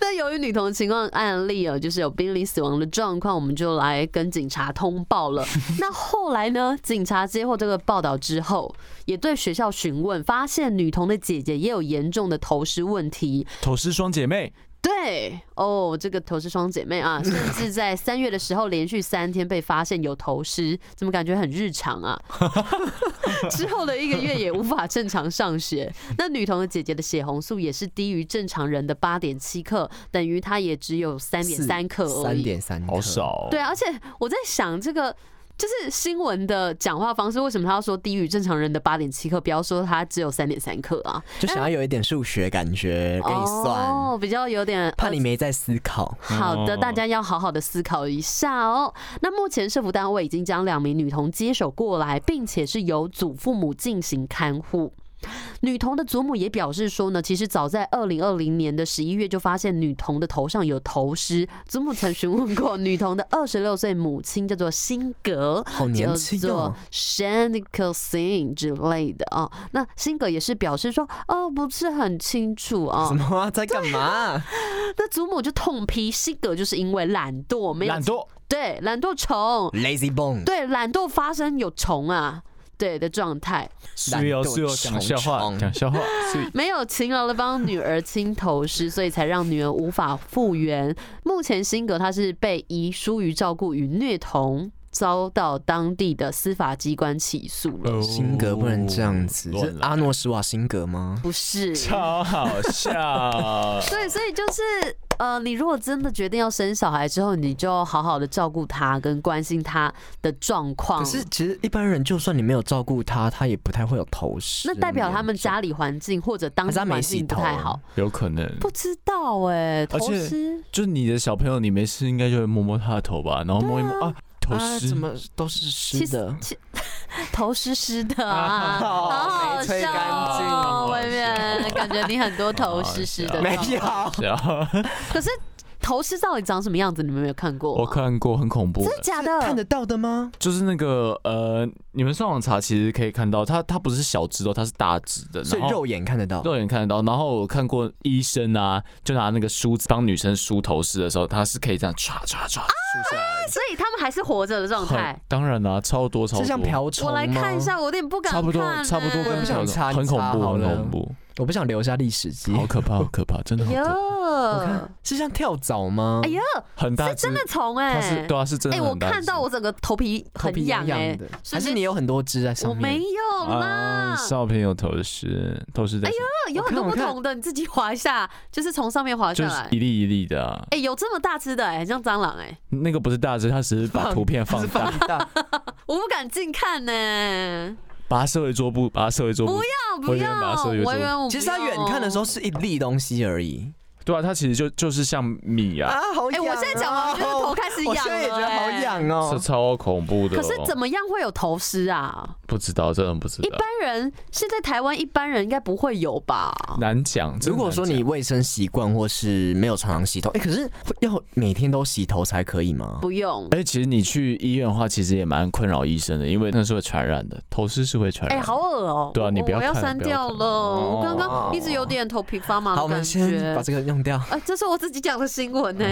Speaker 1: 那由于女童情况案例哦，就是有濒临死亡的状况，我们就来跟警察通报 了。那后来呢，警察接获这个报道之后，也对学校询问，发现女童的姐姐也有严重的头虱问题。
Speaker 3: 头饰双姐妹，
Speaker 1: 对，对哦，这个头是双姐妹 啊，甚至在三月的时候连续三天被发现有头虱，怎么感觉很日常 啊？之后的一个月也无法正常上学。那女童的姐姐的血红素也是低于正常人的八点七克，等于她也只有三点三克而
Speaker 2: 三
Speaker 1: 已。
Speaker 2: 点三，
Speaker 3: 好。少。
Speaker 1: 对，啊，而且我在想这个。就是新闻的讲话方式，为什么他要说低于正常人的八点七克？不要说他只有三点三克啊，
Speaker 2: 就想要有一点数学感觉，给你算，
Speaker 1: 哦，比较有点
Speaker 2: 怕你没在思考。
Speaker 1: 好的，
Speaker 3: 哦
Speaker 1: 大家要好好的思考一下哦。那目前社服单位已经将两名女童接手过来，并且是由祖父母进行看护。女童的祖母也表示说呢，其实早在二零二零年的十一月就发现女童的头上有头虱。祖母曾询问过女童的二十六岁母亲，叫做辛格，
Speaker 2: 好年轻
Speaker 1: 叫做
Speaker 2: 哦
Speaker 1: s h a n k e Singh 之类的哦。那辛格也是表示说，哦，不是很清楚哦。
Speaker 2: 什么啊在干嘛啊？
Speaker 1: 那祖母就痛批辛格就是因为懒惰，没有
Speaker 3: 懒惰，
Speaker 1: 对懒惰虫，
Speaker 2: Lazy Bone，
Speaker 1: 对懒惰发生有虫啊。对的状态，
Speaker 2: 懒
Speaker 3: 是
Speaker 2: 惰
Speaker 3: 哦是哦，讲
Speaker 2: 虫
Speaker 3: 笑话，
Speaker 2: 虫
Speaker 3: 讲笑 话，所以
Speaker 1: 没有勤劳的帮女儿清头虱，所以才让女儿无法复原。目前辛格他是被遗疏于照顾与虐童，遭到当地的司法机关起诉
Speaker 3: 哦
Speaker 1: 了。
Speaker 2: 辛格不能这样子，
Speaker 1: 哦
Speaker 3: 乱
Speaker 2: 是啊
Speaker 3: 来
Speaker 2: 阿诺施瓦辛格吗？
Speaker 1: 不 是，
Speaker 3: 哦超好 笑。
Speaker 1: 对，所以就是呃，你如果真的决定要生小孩之后，你就好好的照顾他跟关心他的状况。
Speaker 2: 可是其实一般人就算你没有照顾他，他也不太会有头虱。
Speaker 1: 那代表他们家里环境或者当
Speaker 2: 还
Speaker 1: 地
Speaker 2: 是他没
Speaker 1: 环
Speaker 2: 洗
Speaker 1: 境不
Speaker 2: 头
Speaker 1: 太好，
Speaker 3: 有可能，
Speaker 1: 不知道哎、
Speaker 3: 啊而
Speaker 1: 头
Speaker 3: 且
Speaker 1: 虱
Speaker 3: 就是你的小朋友，你没事应该就会摸摸他的头吧，然后摸一摸啊，头
Speaker 2: 啊，
Speaker 3: 湿
Speaker 2: 怎。么都是湿的。
Speaker 1: 头湿湿的啊，好
Speaker 3: 哦
Speaker 2: 好
Speaker 1: 好
Speaker 2: 没吹
Speaker 1: 笑
Speaker 2: 干净
Speaker 1: 哦，
Speaker 3: 好
Speaker 1: 外面
Speaker 3: 笑
Speaker 1: 感觉你很多头湿湿的
Speaker 3: 好笑
Speaker 1: 状
Speaker 2: 没
Speaker 1: 况，
Speaker 2: 有，
Speaker 3: 然后
Speaker 1: 可是头湿到底长什么样子？你们有没有看过？
Speaker 3: 我看过，很恐怖
Speaker 1: 真的
Speaker 3: 的，
Speaker 1: 假
Speaker 2: 看得
Speaker 1: 的？
Speaker 2: 到的吗？
Speaker 3: 就是那个呃，你们上网查其实可以看到，它它不是小只哦，它是大只的，
Speaker 2: 所以
Speaker 3: 然后
Speaker 2: 肉眼看得到。
Speaker 3: 肉眼看得到。然后我看过医生啊，就拿那个梳子帮女生梳头饰的时候，他是可以这样唰唰唰梳下来的。
Speaker 1: 所以他们还是活着的状态
Speaker 3: 很。当然啦、超多超
Speaker 2: 是
Speaker 3: 多，
Speaker 2: 像瓢虫
Speaker 1: 我
Speaker 2: 吗
Speaker 1: 来看一下，我有点不敢
Speaker 3: 差
Speaker 1: 看、啊欸
Speaker 3: 不多差不多
Speaker 2: 我也
Speaker 3: 跟
Speaker 2: 不想
Speaker 3: 瓢虫
Speaker 2: 插
Speaker 3: 很恐
Speaker 2: 插
Speaker 3: 怖，
Speaker 2: 好
Speaker 3: 很
Speaker 2: 了
Speaker 3: 恐怖，
Speaker 2: 我不想留下历史记忆
Speaker 3: 好。可怕，好可怕，真的好可怕，
Speaker 1: 哟，
Speaker 2: 是像跳蚤吗？
Speaker 1: 呃哎呀，
Speaker 3: 很大
Speaker 1: 是
Speaker 3: 只
Speaker 1: 真，的虫哎、
Speaker 3: 它是对啊，是真
Speaker 1: 哎、
Speaker 3: 的
Speaker 1: 我
Speaker 3: 很大只。
Speaker 1: 看到我整个头皮
Speaker 2: 头皮
Speaker 1: 很痒哎、
Speaker 2: 的，还
Speaker 1: 瞬
Speaker 2: 是
Speaker 1: 间
Speaker 2: 你有很多只在
Speaker 1: 我
Speaker 2: 上
Speaker 1: 没
Speaker 2: 面？
Speaker 1: 有啦哎
Speaker 3: 啊，，照片有头饰，头饰在上
Speaker 1: 有很多
Speaker 2: 我
Speaker 1: 不
Speaker 2: 看
Speaker 1: 同的，你自己滑一下，就是从上面滑下
Speaker 3: 就
Speaker 1: 来
Speaker 3: 是。一粒一粒的啊。
Speaker 1: 哎、有这么大只的、哎，很像蟑螂哎、
Speaker 3: 那个不是大只，它只是把图片 放大，
Speaker 2: 大，
Speaker 1: 我不敢近看呢、
Speaker 3: 把它设为桌布，把它设为桌布。
Speaker 1: 要不
Speaker 3: 我以为
Speaker 1: 要？
Speaker 3: 把它设为
Speaker 1: 我以
Speaker 3: 桌
Speaker 1: 为我
Speaker 2: 其实
Speaker 1: 不
Speaker 2: 它
Speaker 1: 要
Speaker 2: 远看的时候，是一粒东西而已
Speaker 3: 对啊，它其实就就是像米啊，，
Speaker 2: 好
Speaker 1: 哎、我现在讲完，我觉得头开始
Speaker 2: 哦我
Speaker 1: 痒了、
Speaker 2: 现在也觉得好
Speaker 1: 哎。
Speaker 2: 痒哦
Speaker 3: 是。超恐怖的哦。
Speaker 1: 可是怎么样会有头虱啊？
Speaker 3: 不知道，真的不知
Speaker 1: 一
Speaker 3: 道
Speaker 1: 般，人现在台湾一般人应该不会有吧？
Speaker 3: 难讲。真
Speaker 2: 如
Speaker 3: 的
Speaker 2: 果
Speaker 3: 难
Speaker 2: 说
Speaker 3: 讲
Speaker 2: 你卫生习惯或是没有常常洗头，哎、可是会要每天都洗头才可以吗？
Speaker 1: 不用。
Speaker 3: 而且哎其实你去医院的话，其实也蛮困扰医生的，因为那是会传染的，头虱是会传
Speaker 1: 哎、
Speaker 3: 染的。
Speaker 1: 好恶哦、
Speaker 3: 对啊你不要
Speaker 1: 我要
Speaker 3: 看
Speaker 1: 删
Speaker 3: 不要
Speaker 1: 掉
Speaker 3: 看哦
Speaker 1: 了。我刚刚一直有点头皮发麻
Speaker 2: 好，我
Speaker 1: 的啊感
Speaker 2: 们
Speaker 1: 觉
Speaker 2: 先。把这个用掉。
Speaker 1: 哎、这是我自己讲的新 闻呢、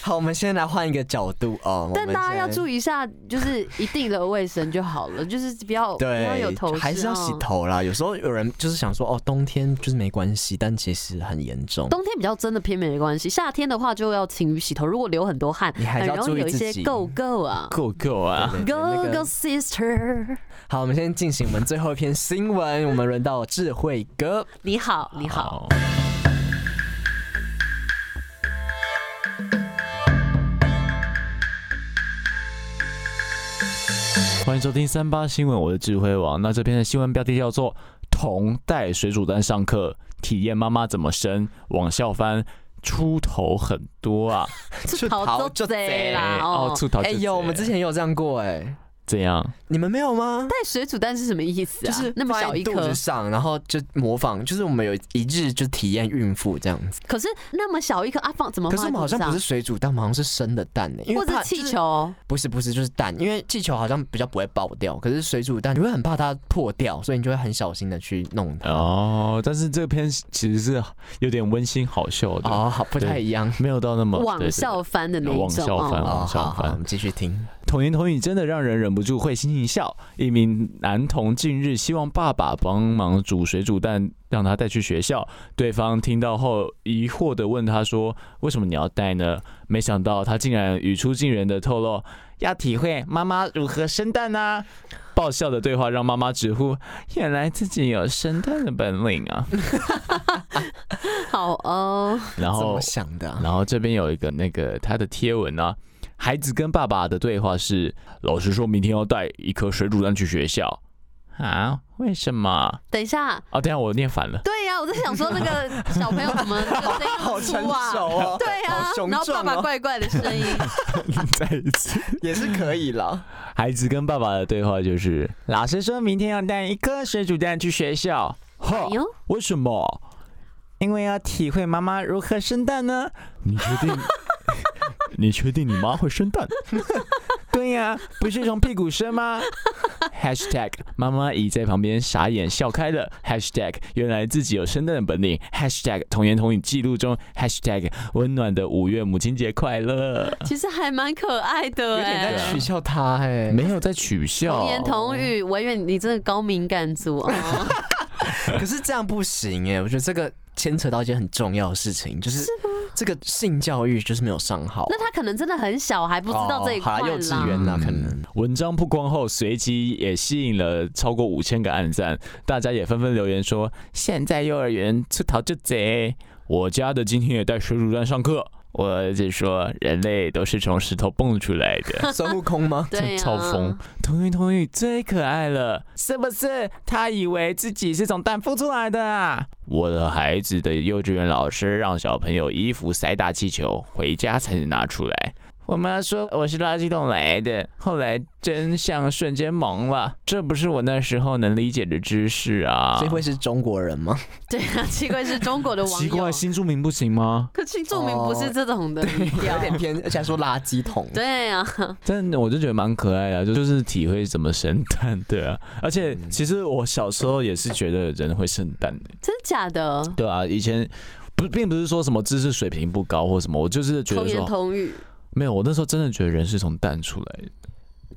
Speaker 2: 好，我们先来换一个角度哦。
Speaker 1: 但大家要注
Speaker 2: 意，
Speaker 1: 意一下，就是一定的卫生就好了，就是不要不要有
Speaker 2: 对
Speaker 1: 头，嗯
Speaker 2: 还是要洗
Speaker 1: 头。
Speaker 2: 头啦。有时候有人就是想说，哦，冬天就是没关系，但其实很严重。
Speaker 1: 冬天比较真的偏没关系，夏天的话就要勤于洗头。如果流很多汗，
Speaker 2: 你还
Speaker 1: 很
Speaker 2: 是要
Speaker 1: 容易
Speaker 2: 注意
Speaker 1: 有一
Speaker 2: 自
Speaker 1: 些
Speaker 2: 己
Speaker 1: go go 啊
Speaker 3: 够够啊！
Speaker 2: 对对对那
Speaker 1: ，go
Speaker 2: 个
Speaker 1: go sister，
Speaker 2: 好，我们先进行我们最后一篇新闻，我们轮到智慧哥。
Speaker 1: 你好，你好。，
Speaker 3: 欢迎收听三八新闻，我是智慧王。那这篇的新闻标题叫做《同带水煮蛋上课，体验妈妈怎么生》，往校翻，出头很多啊！
Speaker 2: 出
Speaker 1: 好
Speaker 2: 头
Speaker 1: 做
Speaker 2: 就
Speaker 1: 贼
Speaker 2: 贼
Speaker 1: 啦！
Speaker 3: 哦，
Speaker 1: 哦，
Speaker 3: 出头就
Speaker 2: 哎
Speaker 3: 贼
Speaker 2: 呦，我们之前也有这样过哎、
Speaker 3: 怎样？
Speaker 2: 你们没有吗？
Speaker 1: 带水煮蛋是什么意思啊？
Speaker 2: 就是
Speaker 1: 那么
Speaker 2: 放在
Speaker 1: 小一
Speaker 2: 肚
Speaker 1: 颗
Speaker 2: 子，上，然后就模仿，就是我们有一日就体验孕妇这样子。
Speaker 1: 可是那么小一颗啊，放怎么
Speaker 2: 可是我
Speaker 1: 放在
Speaker 2: 们好
Speaker 1: 肚
Speaker 2: 像
Speaker 1: 子
Speaker 2: 不是
Speaker 1: 上？
Speaker 2: 水煮蛋，我们好像是生的蛋欸呢、因为
Speaker 1: 或者
Speaker 2: 怕
Speaker 1: 气，
Speaker 2: 就是哦
Speaker 1: 球？
Speaker 2: 不是不是就是蛋，因为气球好像比较不会爆掉，可是水煮蛋你会很怕它破掉，所以你就会很小心的去弄它。
Speaker 3: 哦，但是这篇其实是有点温馨好笑的，
Speaker 2: 哦，好，不太一样。
Speaker 3: 没有到那么
Speaker 1: 往
Speaker 3: 对对对
Speaker 1: 校翻的那一
Speaker 3: 往
Speaker 1: 种
Speaker 3: 校翻好
Speaker 2: 哦，
Speaker 1: 哦
Speaker 3: 好
Speaker 2: 好
Speaker 3: 好
Speaker 2: 好，我们继续听。
Speaker 3: 童言童语真的让人忍不住会心一笑。一名男童近日希望爸爸帮忙煮水煮蛋，让他带去学校。对方听到后疑惑的问他说：“为什么你要带呢？”没想到他竟然语出惊人的透露：“要体会妈妈如何生蛋啊！” 爆笑的对话让妈妈直呼：“原来自己有生蛋的本领啊
Speaker 1: 好哦，！”
Speaker 3: 然
Speaker 2: 怎
Speaker 3: 后
Speaker 2: 么想的啊、
Speaker 3: 然后这边有一个那个他的贴文啊，孩子跟爸爸的对话是：老师说明天要带一颗水煮蛋去学校啊？为什么？
Speaker 1: 等一下，
Speaker 3: 啊，等一下我念 反了。
Speaker 1: 对呀、我在想说那 个小朋友怎么这个声音
Speaker 2: 好
Speaker 1: 那
Speaker 2: 成
Speaker 1: 么粗啊？
Speaker 2: 熟哦，
Speaker 1: 对呀、
Speaker 2: 好雄
Speaker 1: 然后爸
Speaker 2: 壮
Speaker 1: 爸
Speaker 2: 哦，
Speaker 1: 怪怪的声音，
Speaker 3: 再一次，
Speaker 2: 也是可以啦。
Speaker 3: 孩子跟爸爸的对话就是：老师说明天要带一颗水煮蛋去学校。
Speaker 1: 哎
Speaker 3: 哈，
Speaker 1: 呦，
Speaker 3: 为什么？因为要体会妈妈如何生蛋呢。你确 定？你确定你妈会生蛋？对呀、不是从屁股生吗？#hashtag 妈妈已在旁边傻眼笑开了。#hashtag 原来自己有生蛋的本领。#hashtag 童言童语记录中。#hashtag 温暖的五月母亲节快乐。
Speaker 1: 其实还蛮可爱的
Speaker 2: 有点
Speaker 1: 哎、
Speaker 2: 在取笑他哎、
Speaker 3: 没有在取笑，
Speaker 1: 童言童语，文远，你真的高敏感族哦。
Speaker 2: 可是这样不行哎、我觉得这个牵扯到一件很重要的事情，就是这个性教育就是没有上好。
Speaker 1: 那他可能真的很小，还不知道这一
Speaker 2: 哦好啦
Speaker 1: 块
Speaker 2: 幼稚
Speaker 1: 啦。？
Speaker 2: 园啦，
Speaker 3: 嗯
Speaker 2: 可能。
Speaker 3: 文章曝光后，随即也吸引了超过五千个暗赞，大家也纷纷留言说：“现在幼儿园出逃就贼，我家的今天也带水煮蛋上课。”我儿子说：“人类都是从石头蹦出来的。
Speaker 2: 孙悟空吗
Speaker 1: 对呀、
Speaker 3: 超疯，童言童语最可爱了，是不是？他以为自己是从蛋孵出来的啊！我的孩子的幼稚园老师让小朋友衣服塞大气球，回家才能拿出来。我妈说我是垃圾桶来的，后来真相瞬间萌了。这不是我那时候能理解的知识啊！
Speaker 2: 这会是中国人吗？
Speaker 1: 对啊，奇怪是中国的网
Speaker 3: 奇怪，
Speaker 1: 友，
Speaker 3: 新著名不行吗？
Speaker 1: 可新著名不是这种的语
Speaker 2: 有
Speaker 1: 调。
Speaker 2: 点偏，而且还说垃圾桶。
Speaker 1: 对啊，
Speaker 3: 但我就觉得蛮可爱的啊、就就是体会怎么生蛋，对啊。而且其实我小时候也是觉得人会生蛋的，
Speaker 1: 真假的？
Speaker 3: 对啊，以前不并不是说什么知识水平不高或什么，我就是觉
Speaker 1: 童
Speaker 3: 得
Speaker 1: 言
Speaker 3: 说
Speaker 1: 童语，
Speaker 3: 没有，我那时候真的觉得人是从蛋出来的。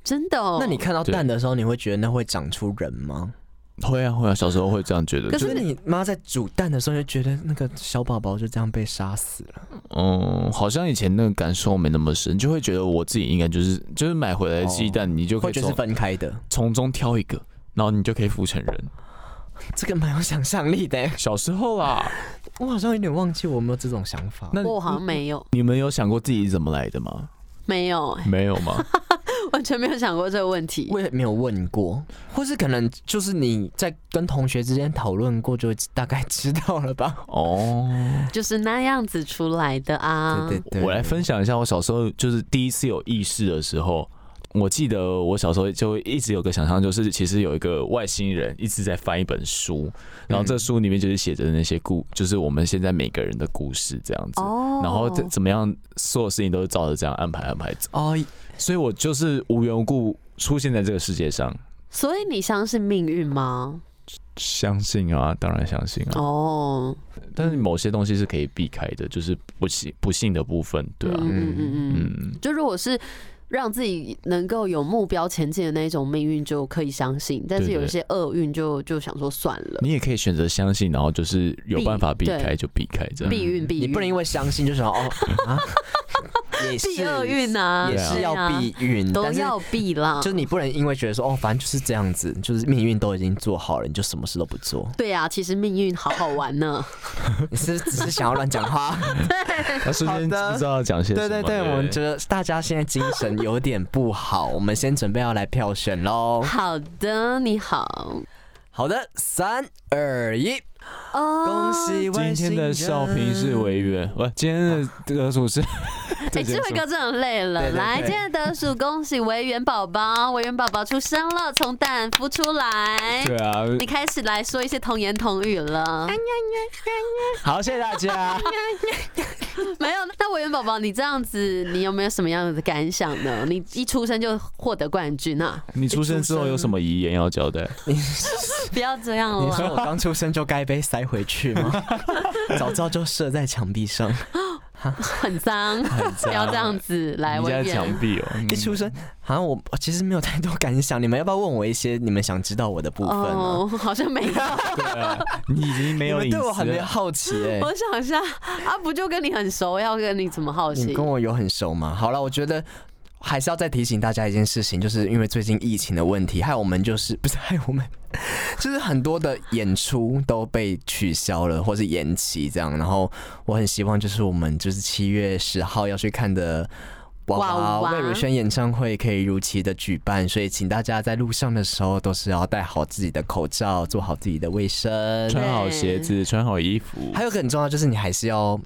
Speaker 1: 真的哦。
Speaker 2: 那你看到
Speaker 3: 对
Speaker 2: 蛋的时候，你会觉得那会长出人吗？
Speaker 3: 会啊会啊，小时候会这样觉得，
Speaker 1: 可
Speaker 3: 就是
Speaker 2: 就是你妈在煮蛋的时候，就觉得那个小宝宝就这样被杀死了。
Speaker 3: 嗯，好像以前那个感受没那么深，就会觉得我自己应该就是就是买回来的鸡蛋，你就可
Speaker 2: 会
Speaker 3: 以
Speaker 2: 觉得是
Speaker 3: 从
Speaker 2: 分开的，
Speaker 3: 从中挑一个，然后你就可以孵成人。
Speaker 2: 这个蛮有想象力的欸。
Speaker 3: 小时候啦，
Speaker 2: 我好像有点忘记我有没有这种想法。
Speaker 3: 那
Speaker 1: 我好像没有，
Speaker 3: 你们有想过自己怎么来的吗？
Speaker 1: 没有， 哎
Speaker 3: 没有 吗？
Speaker 1: 完全没有想过这个问题。
Speaker 2: 我也没有问过，或是可能就是你在跟同学之间讨论过，就大概知道了吧？
Speaker 3: 哦，
Speaker 1: 就是那样子出来的 啊。
Speaker 2: 对对对，
Speaker 3: 我来分享一下我小时候就是第一次有意识的时候。我记得我小时候就一直有个想象，就是其实有一个外星人一直在翻一本书，然后这书里面就是写着那些故，就是我们现在每个人的故事这样子。
Speaker 1: 哦，
Speaker 3: 然后这怎么样，所有事情都是照着这样安排安排走，
Speaker 2: 哦，
Speaker 3: 所以我就是无缘无故出现在这个世界上。
Speaker 1: 所以你相信命运吗？
Speaker 3: 相信啊，当然相信啊，
Speaker 1: 哦，
Speaker 3: 但是某些东西是可以避开的，就是不幸不幸的部分，对啊
Speaker 1: 嗯，嗯嗯嗯，
Speaker 3: 嗯
Speaker 1: 就如果是。让自己能够有目标前进的那一种命运就可以相信，但是
Speaker 3: 对对
Speaker 1: 有一些厄运就就想说算了，
Speaker 3: 你也可以选择相信，然后就是有
Speaker 1: 避
Speaker 3: 办法避
Speaker 1: 对
Speaker 3: 开就避开这样。
Speaker 1: 避运
Speaker 2: 嗯
Speaker 1: 避
Speaker 2: 你
Speaker 1: 运，
Speaker 2: 不能因为相信就想哦 啊，也是
Speaker 1: 避厄运啊，
Speaker 2: 也是
Speaker 1: 对
Speaker 2: 要
Speaker 1: 啊
Speaker 2: 避孕，
Speaker 1: 都
Speaker 2: 但是
Speaker 1: 要避啦，
Speaker 2: 就。是你不能因为觉得说哦，反正就是这样子，就是命运都已经做好了，你就什么事都不做
Speaker 1: 对啊，其实命运好好玩呢。
Speaker 2: 你是只是想要乱讲话。
Speaker 3: 他瞬间
Speaker 2: 好的
Speaker 3: 不知道要讲些什
Speaker 2: 对
Speaker 3: 么。
Speaker 2: 对对，我们觉得大家现在精神有点不好， 我们先准备要来票选喽。
Speaker 1: 好的，你好，
Speaker 2: 好的，三二一，
Speaker 1: 哦
Speaker 2: 恭，喜
Speaker 3: 今
Speaker 2: 外星
Speaker 3: 天的
Speaker 2: 人
Speaker 3: 少平是维园，不，今天的这个主持
Speaker 1: 哎，
Speaker 3: 对
Speaker 1: 智
Speaker 3: 结
Speaker 1: 慧
Speaker 3: 束
Speaker 1: 哥真的累了，
Speaker 2: 对对对
Speaker 1: 来，今天的得数，恭喜维园宝宝，维园宝宝出生了，从蛋孵出来。
Speaker 3: 对啊，
Speaker 1: 你开始来说一些童言童语了，
Speaker 3: 好，谢谢大家。
Speaker 1: 没有？那维园宝宝，你这样子，你有没有什么样的感想呢？你一出生就获得冠军 啊！
Speaker 3: 你出生之后有什么遗言要交代？
Speaker 1: 不要这样哦
Speaker 2: 你说
Speaker 1: 了，
Speaker 3: 嗯
Speaker 2: 我刚出生就该被塞回去吗？早知道就射在墙壁上。
Speaker 1: 很 脏，不要这样子来
Speaker 3: 你
Speaker 1: 我
Speaker 3: 家
Speaker 1: 也
Speaker 3: 墙壁哦、嗯
Speaker 2: 一出生，好像我我其实没有太多感想。你们要不要问我一些你们想知道我的部分啊呢、
Speaker 1: 哦，好像没有。
Speaker 3: 对啊你已经没有
Speaker 2: 你
Speaker 3: 隐
Speaker 2: 们对我
Speaker 3: 私啊
Speaker 2: 很没
Speaker 3: 了。
Speaker 2: 好奇哎、
Speaker 1: 我想一下，啊，不就跟你很熟，要跟你怎么好
Speaker 2: 你
Speaker 1: 奇
Speaker 2: 跟？我有很熟吗？好了，我觉得。还是要再提醒大家一件事情，就是因为最近疫情的问题，害我们就是不是害我们，就是很多的演出都被取消了或是延期这样。然后我很希望就是我们就是七月十号要去看的娃
Speaker 1: 哇
Speaker 2: 娃
Speaker 1: 哇
Speaker 2: 魏如萱演唱会可以如期的举办，所以请大家在路上的时候都是要戴好自己的口罩，做好自己的卫生。
Speaker 3: 穿好鞋子，穿好衣服，
Speaker 2: 还有个很重要就是你还是要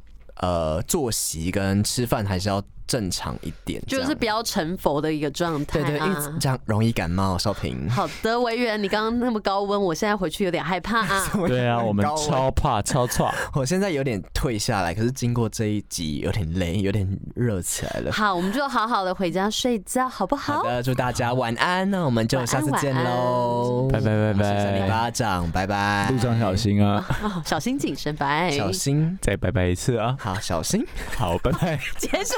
Speaker 2: 呃作息跟吃饭还是要正常一点，
Speaker 1: 就
Speaker 2: 这
Speaker 1: 是
Speaker 2: 样
Speaker 1: 比较成佛的一个状态
Speaker 2: 对对，因为
Speaker 1: 啊。
Speaker 2: 这样容易感冒。少 平，
Speaker 1: 好的，维园，你刚刚那么高温，我现在回去有点害怕 啊。
Speaker 3: 对啊，我们
Speaker 2: 高温哎
Speaker 3: 超怕 超差。
Speaker 2: 我现在有点退下来，可是经过这一集有点累，有点热起来了。
Speaker 1: 好，我们就好好的回家睡觉，好不好
Speaker 2: 好？的，祝大家晚安，那我们就下次见喽，
Speaker 3: 拜拜拜
Speaker 2: 扇你
Speaker 3: 拜，
Speaker 2: 巴掌，拜拜，
Speaker 3: 路上小心啊，
Speaker 1: 哦小心谨慎，拜。
Speaker 2: 小心，
Speaker 3: 再拜拜一次啊。
Speaker 2: 好小心。
Speaker 3: 好，拜拜。
Speaker 1: 结束。